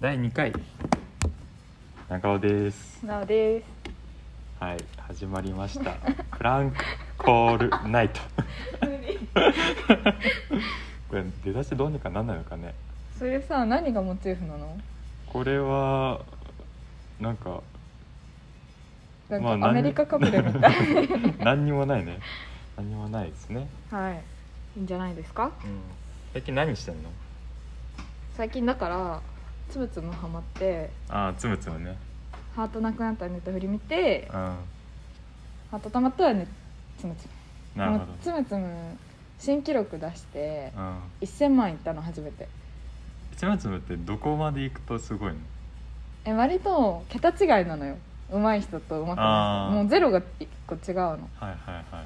第2回中尾ですなおです。はい始まりましたクランクコールナイトこれ出だしどうにかなんないのかねそれさ、何がモチーフなの？これはなんかまなあんかアメリカかぶれみ たい。何にもないね何にもないですね、はい。いいんじゃないですか。うん、最近何してんの最近だからつぶつぶハマってああつむつむねハートなくなったらネットフリ見てうんハート溜まったらねつむつむ。なるほもうつむつむ新記録出してどうん1000万いったの初めて。つむつむってどこまで行くとすごいのえ割と桁違いなのよ。上手い人と上手くあなーい人。もうゼロが一個違うの。はいはいはい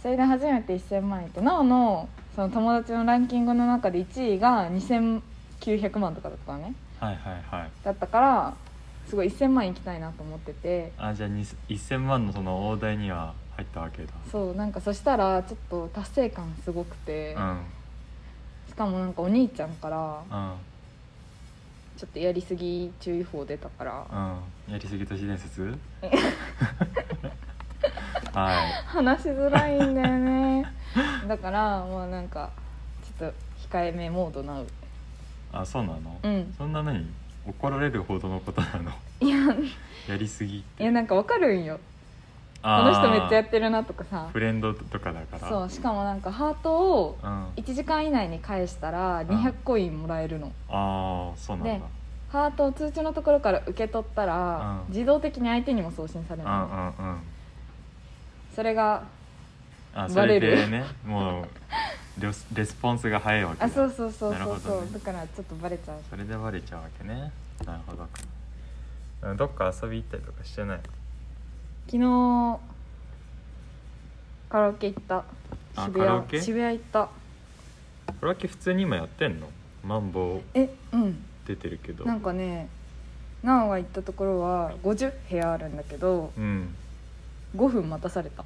それで初めて1000万円ってなおのその友達のランキングの中で1位が2900万とかだったのねはいはいはいだったからすごい1000万円行きたいなと思っててあじゃあに1000万のその大台には入ったわけだそうなんかそしたらちょっと達成感すごくて、うんしかもなんかお兄ちゃんからうんちょっとやりすぎ注意報出たからうんやりすぎ都市伝 説はい話しづらいんだよ ねだからまあなんかちょっと控えめモードなうあそうなの、うんそんな何怒られるほどのことなのいややりすぎっていやなんかわかるんよこあーの人めっちゃやってるなとかさフレンドとかだからそうしかもなんかハートをうん、あ1時間以内に返したら200コインもらえるの、あーそうなんだ、ねハートを通知のところから受け取ったら、うん自動的に相手にも送信されうるんの、うんうんそれがあそバれレるでねもうレスレスポンスが早いわけだあそうそうそうなるそほうどそう、ねだからちょっとバレちゃうそれでバレちゃうわけねなるほどうんどっか遊び行ったりとかしてない昨日カラオケ行ったあ渋カラオケ谷渋谷行ったこれだけ普通に今やってんのマンボウえうん出てるけどなんかね奈緒が行ったところは50部屋あるんだけどうん5分待たされた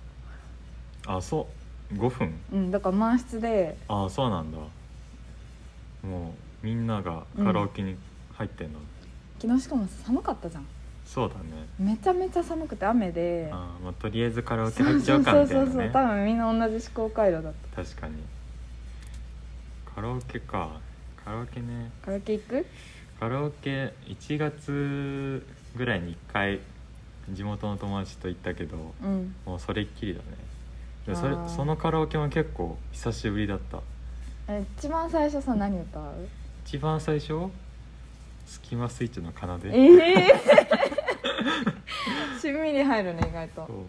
あそう5分うんだから満室であそうなんだもうみんながカラオケに入ってんの、昨日しかも寒かったじゃんそうだねめちゃめちゃ寒くて雨であー、まあ、とりあえずカラオケそう入っちゃうかみたいなそうそうそうね多分みんな同じ思考回路だった確かにカラオケかカラオケねカラオケ行くカラオケ1月ぐらいに1回地元の友達と行ったけどうんもうそれっきりだねでもそれあーそのカラオケも結構久しぶりだったえ一番最初さ何歌う一番最初スキマスイッチの奏でええ ー、しんみり入るね意外とそ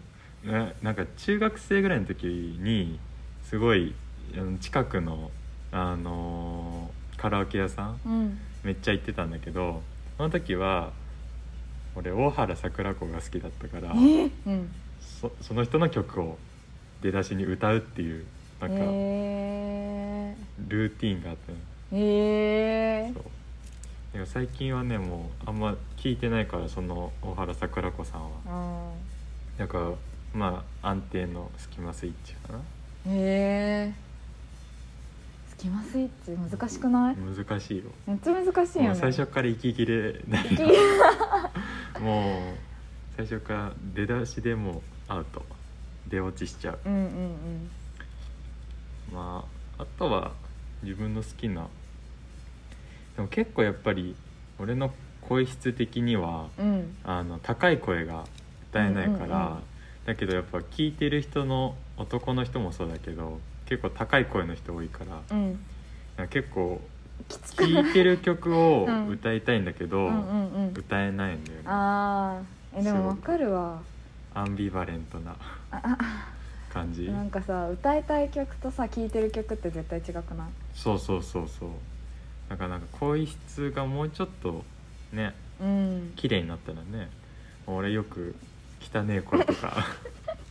うななんか中学生ぐらいの時にすごいあの近くの、あのーカラオケ屋さんうんめっちゃ行ってたんだけどその時は俺大原桜子が好きだったからえー、うんそその人の曲を出だしに歌うっていうなんかえルーティーンがあったの、ー、えそうでも最近はねもうあんま聞いてないからその大原桜子さんはー、あだからまあ安定のスキマスイッチかなーえー、スキマスイッチ難しくない難しいよめっちゃ難しいよもうね最初から息切れないいよや もう最初から出だしでもうアウト出落ちしちゃううんうんうんまああとは自分の好きなでも結構やっぱり俺の声質的にはうんあの高い声が歌えないから、うんうんうんだけどやっぱ聞いてる人の男の人もそうだけど結構高い声の人多いからうんなんか結構きつくない聴いてる曲をうん歌いたいんだけうど、んうんうん歌えないんだよねあーえでもわかるわアンビバレントなああ感じなんかさ歌いたい曲とさ聴いてる曲って絶対違くないそうそうそうそうだからなんか声質がもうちょっとねうん綺麗になったらね俺よく「汚ねえ声」と か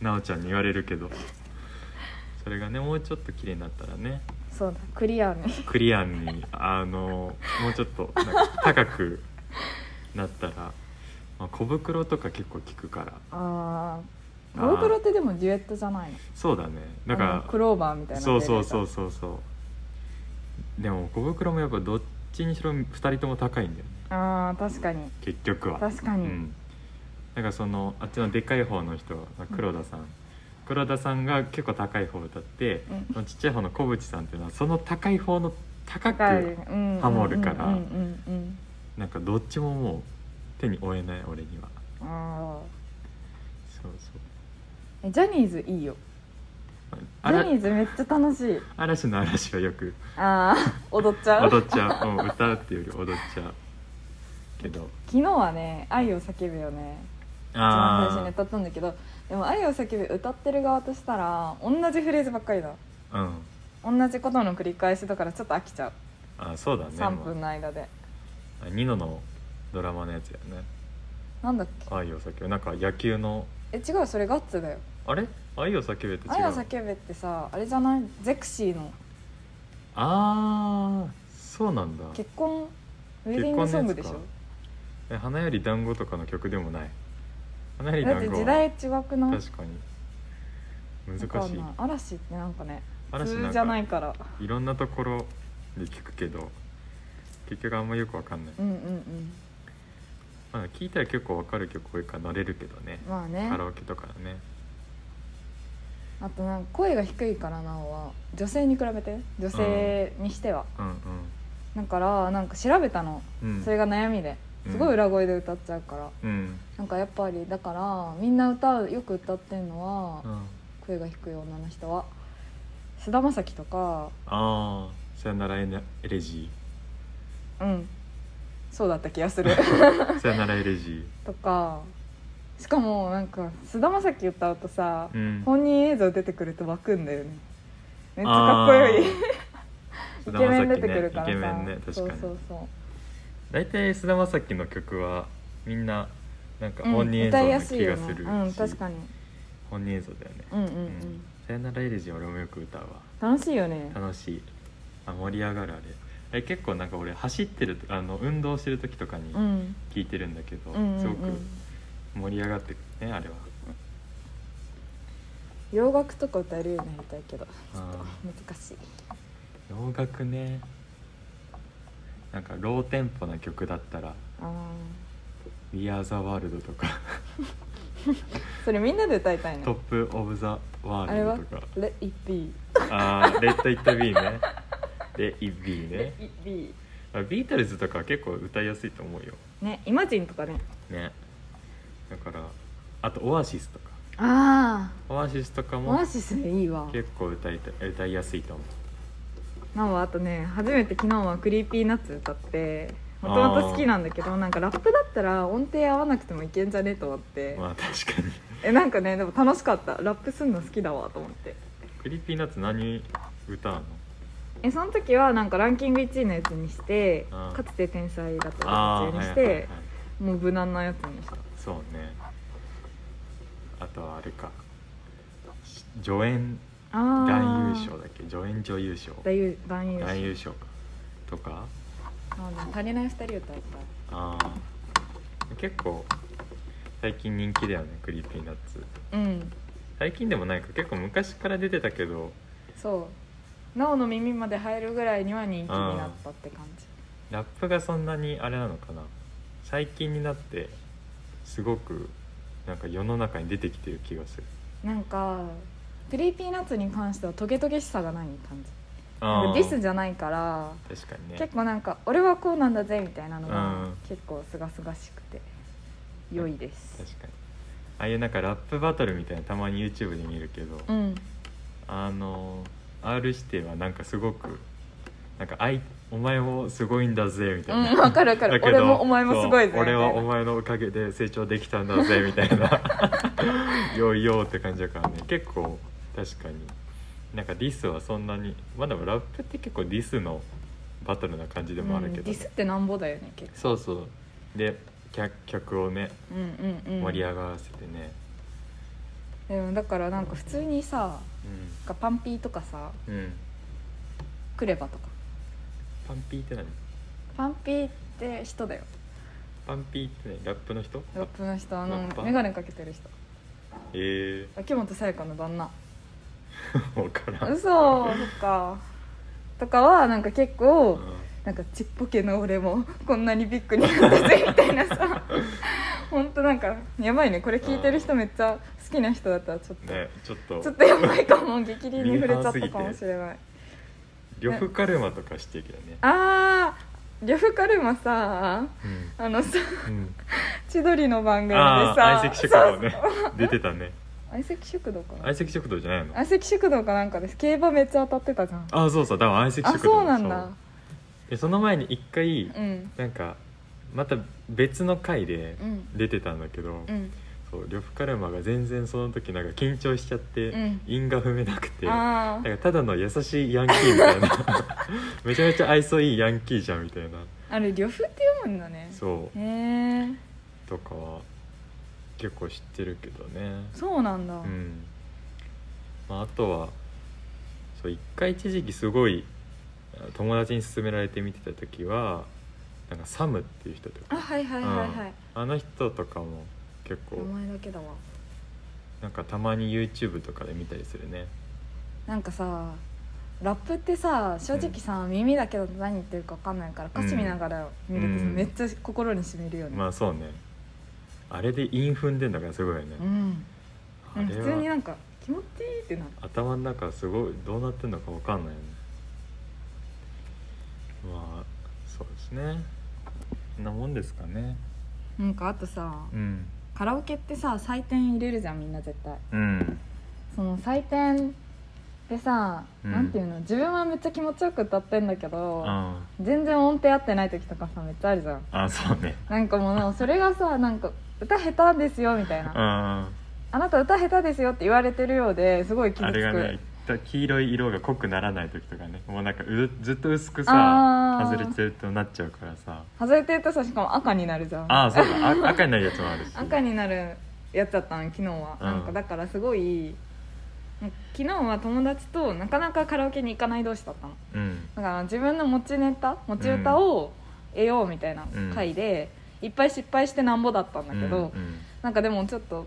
奈緒ちゃんに言われるけどそれがねもうちょっと綺麗になったらねそうだクリアねクリアにあのもうちょっとなんか高くなったら、まあ、小袋とか結構効くからあああーゴーグルってでもデュエットじゃないのそうだねだあのかクローバーみたいらなそうそうそううそうそうでも小袋もやっぱどっちにしろ2人とも高いんだよねあー確かに結局は確かうに、んだからそのあっちのでかい方の人黒田さん、黒田さんが結構高い方を歌って、うんそのちっちゃい方の小渕さんっていうのはその高い方の高く高いうんハモるからうんうんうんうんなんかどっちももう手に負えない俺にはあそうそうーえジャニーズいいよジあャらニーズめっちゃ楽しい嵐の嵐はよくああ踊っちゃう踊っちゃう、うん、歌うっていうより踊っちゃうけど昨日はね「愛を叫ぶよね」一番最初にあ歌ったんだけどでも「愛を叫ぶ」歌ってる側としたら同じフレーズばっかりだあうん同じことの繰り返しだからちょっと飽きちゃうあそうだね3分の間であニノのドラマのやつやねなんだっ「愛を叫べ」なんか野球のけえ違うそれガッツだよあれ愛を叫べって「違う愛を叫べ」ってさあれじゃないゼクシーのああそうなんだ結婚ウェディングソングでし結婚のやょつかえ花より団子とかの曲でもない花よりだって団子時は代違くない確かに難しいわかんな嵐ってなんかね普嵐通なんじゃかないからいろんなところで聞くけど結局あんまよくわかんない、うんうんうんまあ、聞いたら結構わかる曲多いから慣れるけどねまあねカラオケとかねあとなんか声が低いからなおは女性に比べて女性にしては、うんだからなんか調べたの、うんうんそれが悩みでうんすごい裏声で歌っちゃうから、うんなんかやっぱりだからみんな歌うよく歌ってんのは、うん声が低い女の人は菅田将暉とかああさよならエネエレジうんそうだった気 がするーさよならエレジとかしかもなんか菅田将暉歌うとさ、ーうん本人映像出てくると湧くんだよねめっちゃかっこよい イケメン出てくるからさ、イケメンね確かにそうそうそう大体菅田将暉の曲はみんななんかうん本人映像歌いなやすい気よがねするし、うん確かに本人映像だよねうんうんう、うんさよならエレジー俺もよく歌うわ楽しいよね楽しいあ盛り上がるあれあれ結構なんか俺走ってるとあの運動してる時とかにうん聴いてるんだけど、うんうんうんすごく盛り上がってくるねあれは洋楽とか歌えるようになりたいけどちょっとあ難しい洋楽ねなんかローテンポな曲だったらあ「We Are the World」とかーそれみんなで歌いたい「ねトップ・オブ・ザ・ワあれーはルド」とか「レイビあーレッド・イット・ビーねでイ・ビーー」レねイビあビートルズとかは結構歌いやすいと思うよーねイマジンとかねねだからあとオアシスとかあオアシスとかあもオアシスいいわ結構歌いたい歌いやすいと思うなんかあとね初めて昨日は「クリーピーナッツ」歌ってもともと好きなんだけどなんかラップだったら音程合わなくてもいけんじゃねえと思って、まあ確かに えなんかねでも楽しかったラップすんの好きだわと思ってクリーピーナッツ何歌うのえその時はなんかランキング1位のやつにしてあーかつて天才だったあやあーつにはいしはいはいてもう無難なやつにしたそうねあとはあれか助演あー男優賞だっけ助演女優賞男優男優賞男優賞かとかあーでも足りない2人歌ったああ結構最近人気だよねクリーピーナッツうん最近でもないか結構昔から出てたけどそうなおの耳まで入るぐらいには人気になったって感じラップがそんなにあれなのかな最近になってすごくなんか世の中に出てきてる気がするなんかクリーピーナッツに関してはトゲトゲしさがない感じあーディスじゃないから確かにね結構なんか俺はこうなんだぜみたいなのうがん結構すがすがしくて良いです確かにああいうなんかラップバトルみたいなのたまに YouTube で見るけど、うんあの R 指定はなんかすごくなんかあいお前もすごいんだぜみたいな、うんわかるわかるだけど俺もお前もすごいぜそう俺みはたいなお前のおかげで成長できたんだぜみたいなよいよって感じだからね結構確かになんかディスはそんなにまあでもラップって結構ディスのバトルな感じでもあるけうんどデね、ィスってなんぼだよね結構そうそうで客客をねうんうんうん盛り上がらせてね、でもだからなんか普通にさなんかパンピーとかさうんうん、クレバとかパンピーって何パンピーって人だよパンピーって何ラップの人ラップの人あラのッパー眼鏡かけてる人ええ秋元才加の旦那ー、分からん 嘘そっかとかはなんか結構うんなんかちっぽけの俺もこんなにビッグになったぜみたいな さほんとなんかやばいねこれ聞いてる人めっちゃ好きな人だったらちょっと、ねちょっとちょっとやばいかも激励に触れちゃったかもしれない呂布カルマとかしてるけどねあー呂布カルマさあのさうん、千鳥のうん、番組でああさ相席食堂ね出てたね相席食堂かな相席食堂じゃないの相席食堂かなんかです競馬めっちゃ当たってたじゃんああそうそうだから相席あ食堂そうなんだそうでその前に一回うんなんかまた別の回でうん出てたんだけど、うんそう呂布カルマが全然その時なんか緊張しちゃって、うん因が踏めなくてなんああかただの優しいヤンキーみたいな めちゃめちゃ愛想いいヤンキーじゃんみたいなあれ呂布って読むんだねそへえうとかは結構知ってるけどねそうなんだ、うん、まあ、あとはそう一回一時期すごい友達に勧められて見てた時はなんかサムっていう人とあかはいはいはいはうい、んあの人とかも結構名前だけだわなんかたまに YouTube とかで見たりするねなんかさラップってさ正直さ、耳だけだと何言ってるか分かんないからうん歌詞見ながら見るとさ、うんめっちゃ心に染みるよね、まあそうねあれで韻踏んでんだからすごいよねう、ん、あうん普通にれはなんか気持ちいいってなる頭の中すごいどうなってんのかわかんないよねまあそうですねそんなもんですかねなんかあとさうんカラオケってさ採点入れるじゃんみんな絶対うんその採点でさ、うんなんていうの自分はめっちゃ気持ちよく歌ってんだけど、あ全然音程合ってない時とかさめっちゃあるじゃんあそうねなんかもうなんかそれがさなんか歌下手ですよみたいな、ああなた歌下手ですよって言われてるようですごい傷つくあれがね黄色い色が濃くならない時とかねもうなんかうずっと薄くあさー外れてるとなっちゃうからさ外れてるとさしかも赤になるじゃんああそうだあ赤になるやつもあるし赤になるやつだったの昨日は、うんなんかだからすごい昨日は友達となかなかカラオケに行かない同士だったのうんだから自分の持ちネタ持ち歌を得ようみたいな回で、いっぱい失敗してなんぼだったんだけど、うんなんかでもちょっと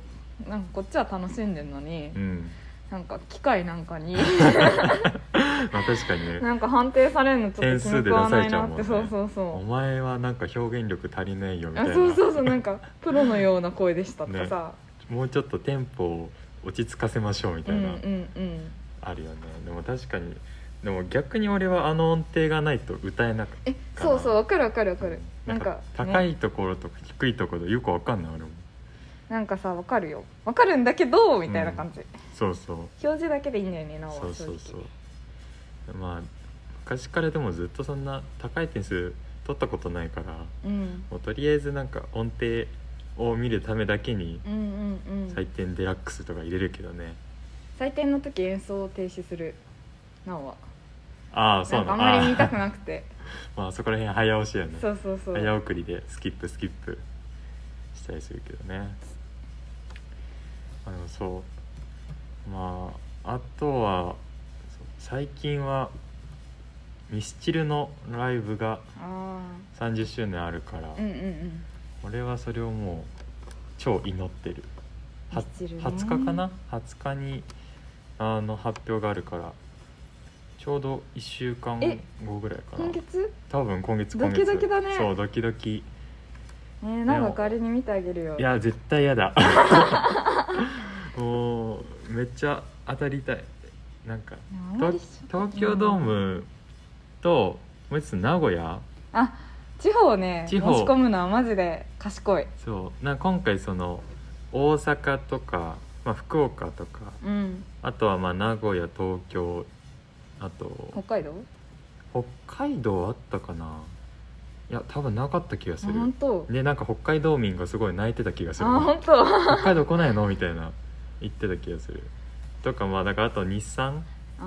なんかこっちは楽しんでるのに、うん、うんなんか機械なんか にまあ確かにねなんか判定されるのちょっと気に食わないなって、点数で出されちゃそうもうんねそうそうお前はなんか表現力足りないよみたあいなそうそうそうなんかプロのような声でしたとかさ、もうちょっとテンポを落ち着かせましょうみうたいんな、うんうんあるよねでも確かにでも逆に俺はあの音程がないと歌えなくてえそうそうわかるわかるわかるなんか高ねいところとか低いところよくわかんない俺もなんかさわかるよわかるんだけどみたいな感じ、そうそう表示だけでいいんだよねなおはそう正そ直うそうまあ昔からでもずっとそんな高い点数取ったことないからうん、もうとりあえずなんか音程を見るためだけにうんうんうん採点デラックスとか入れるけどね、採点の時演奏を停止するなおはああそなうんかあなんんまり見たくあなくてーまあそこら辺早押しやねそうそうそう早送りでスキップスキップしたりするけどねあのそうまああとはそう最近はミスチルのライブがあ30周年あるから、あうんうんうん俺はそれをもう超祈ってるはミスチルね20日かな20日にあの発表があるからちょうど1週間え後ぐらいかな今月多分今月今月ドキドキだねそうドキドキねえなんかあれに見てあげるよいや絶対嫌だ もうめっちゃ当たりたいなんかあんま東りし東京ドームともう一つ名古屋あ地方ね地方持ち込むのはマジで賢いそうなんか今回その大阪とか、まあ、福岡とかうんあとはまあ名古屋東京あ北と海道北海道あったかないや多分なかった気がすある本当でなんか北海道民がすごい泣いてた気がすある本当北海道来ないのみたいな言ってた気がするとかまあだからあと日産あ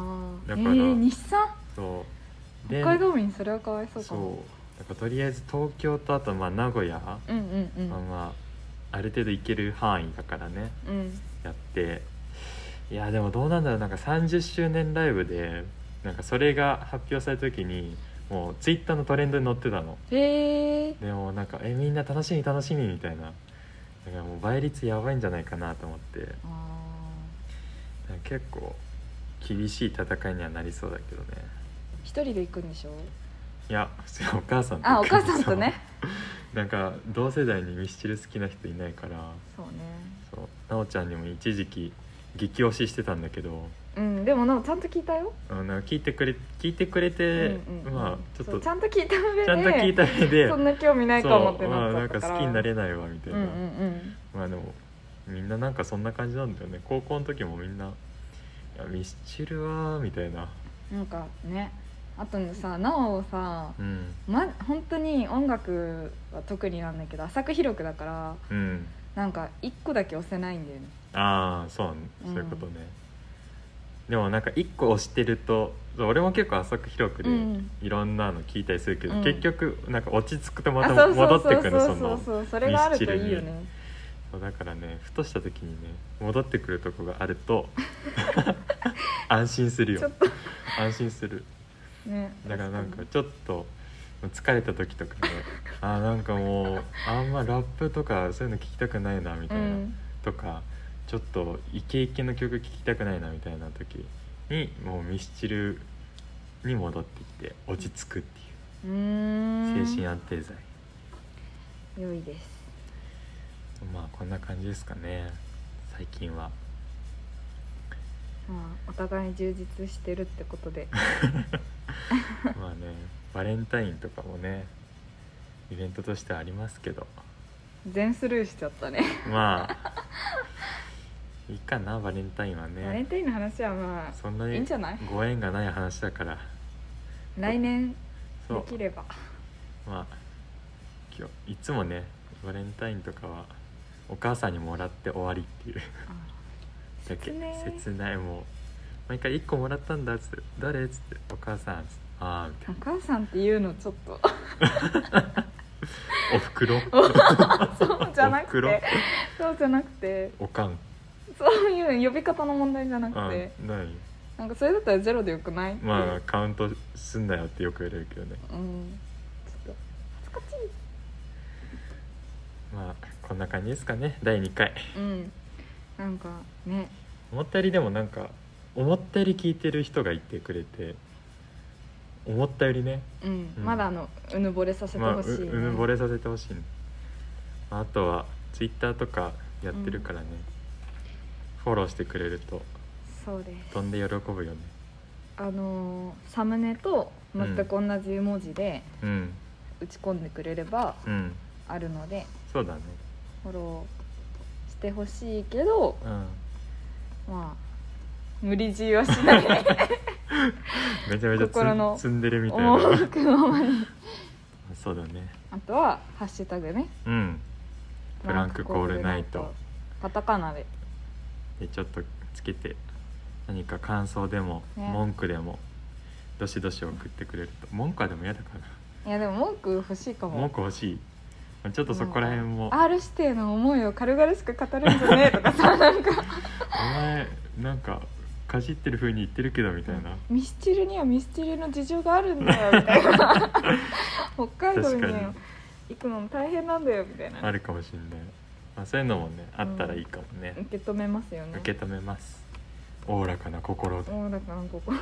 ーだえからー、日産そう北海道民それはかわいそうかもそうだからとりあえず東京とあとまあ名古屋、うんうんうんまあまあある程度行ける範囲だからねうんやっていやでもどうなんだろうなんか30周年ライブでなんかそれが発表された時にもうツイッターのトレンドに載ってたのへえでもなんかえみんな楽しみ楽しみみたいなだからもう倍率やばいんじゃないかなと思ってあーなんか結構厳しい戦いにはなりそうだけどね一人で行くんでしょいやそれお母さんあお母さんとね そうなんか同世代にミスチル好きな人いないからそうねそう奈緒ちゃんにも一時期激推ししてたんだけどうんでもなちゃんと聞いたよ、あの聞いてくれ聞いてくれて、うんうんうんまあちょっそとうちちゃゃんと聞いた上でんと聞いた上でそんな興味ないかもってそうまなあなんっちゃったかから好きになれないわみたいうんな、うんうんまあでもみんななんかそんな感じなんだよね高校の時もみんな「いやミスチルは」みたいななんかねあとねさなおさ、うんま、本当に音楽は特になんだけど浅く広くだからうんなんか一個だけ押せないんだよねああそううんそういうことね、でもなんか一個押してるとそう俺も結構浅く広くでうんいろんなの聞いたりするけど、うん結局なんか落ち着くとまあたそうそ戻うってそうくるそそうそうのそうそれがあるといいよねそうだからねふとした時にね戻ってくるとこがある と安心するちょよっと安心するねだからなんかちょっと疲れた時とかねあーなんかもうあんまラップとかそういうの聞きたくないなみうたいな、んとかちょっとイケイケの曲聴きたくないなみたいな時にもうミスチルに戻ってきて落ち着くってういーうん精神安定剤、良いですまあこんな感じですかね最近 はまあお互い充実してるってことでまあねバレンタインとかもねイベントとしてはありますけど全スルーしちゃったねまあ いいかなバレンタインはバレンねタインの話はまあそんないいんにじゃないご縁がない話だから来年そでうきればまあ今日いつもねバレンタインとかはお母さんにもらって終わりっていうあだけ切ね切ないもう毎回1個もらったんだっつって「誰?」っつって「お母さん」っつって「ああ」みたおいな母さんっていうのちょっと「おふくろ」そうじゃなおく袋てそうじゃなくて「おかん」そういう呼び方の問題じゃなくあてないなんかそれだったらゼロでよくないっていうまあカウントすんなよってよく言われるけどねうんちょっと恥ずかしまあこんな感じですかね第2回いうんなんかね思ったよりでもなんか思ったより聞いてる人がいてくれて思ったよりねうん、うんまだあのうぬぼれさせてまあ、うほしい、ねうぬぼれさせてほしいね、まあ、あとはツイッターとかやってるからね、フォローしてくれるとそうです飛んで喜ぶよねあのーサムネと全く同じ文字でうん打ち込んでくれればうんあるので、そうだねフォローしてほしいけどうんまあ無理強いはしないめちゃめちゃつ心の積んでる みたい思なうくままに そうだねあとはハッシュタグねうんフランクコールナイフラントクコールナカタカナででちょっとつけて何か感想でもね文句でも、どしどし送ってくれると文句はでも嫌だかいやでも文句欲しいからも文句欲しいまあちょっとそこら辺も R 指定の思いを軽々しく語るんじゃねえとか さなんかお前なんかかじってる風に言ってるけどみたいな、ミスチルにはミスチルの事情があるんだよみたい な北海道確にかに行くのも大変なんだよみたいあなるかもしんない、まあ、そういうのもねあったらいいかもね、受け止めますよね受け止めますおおらかな心でもうだからここ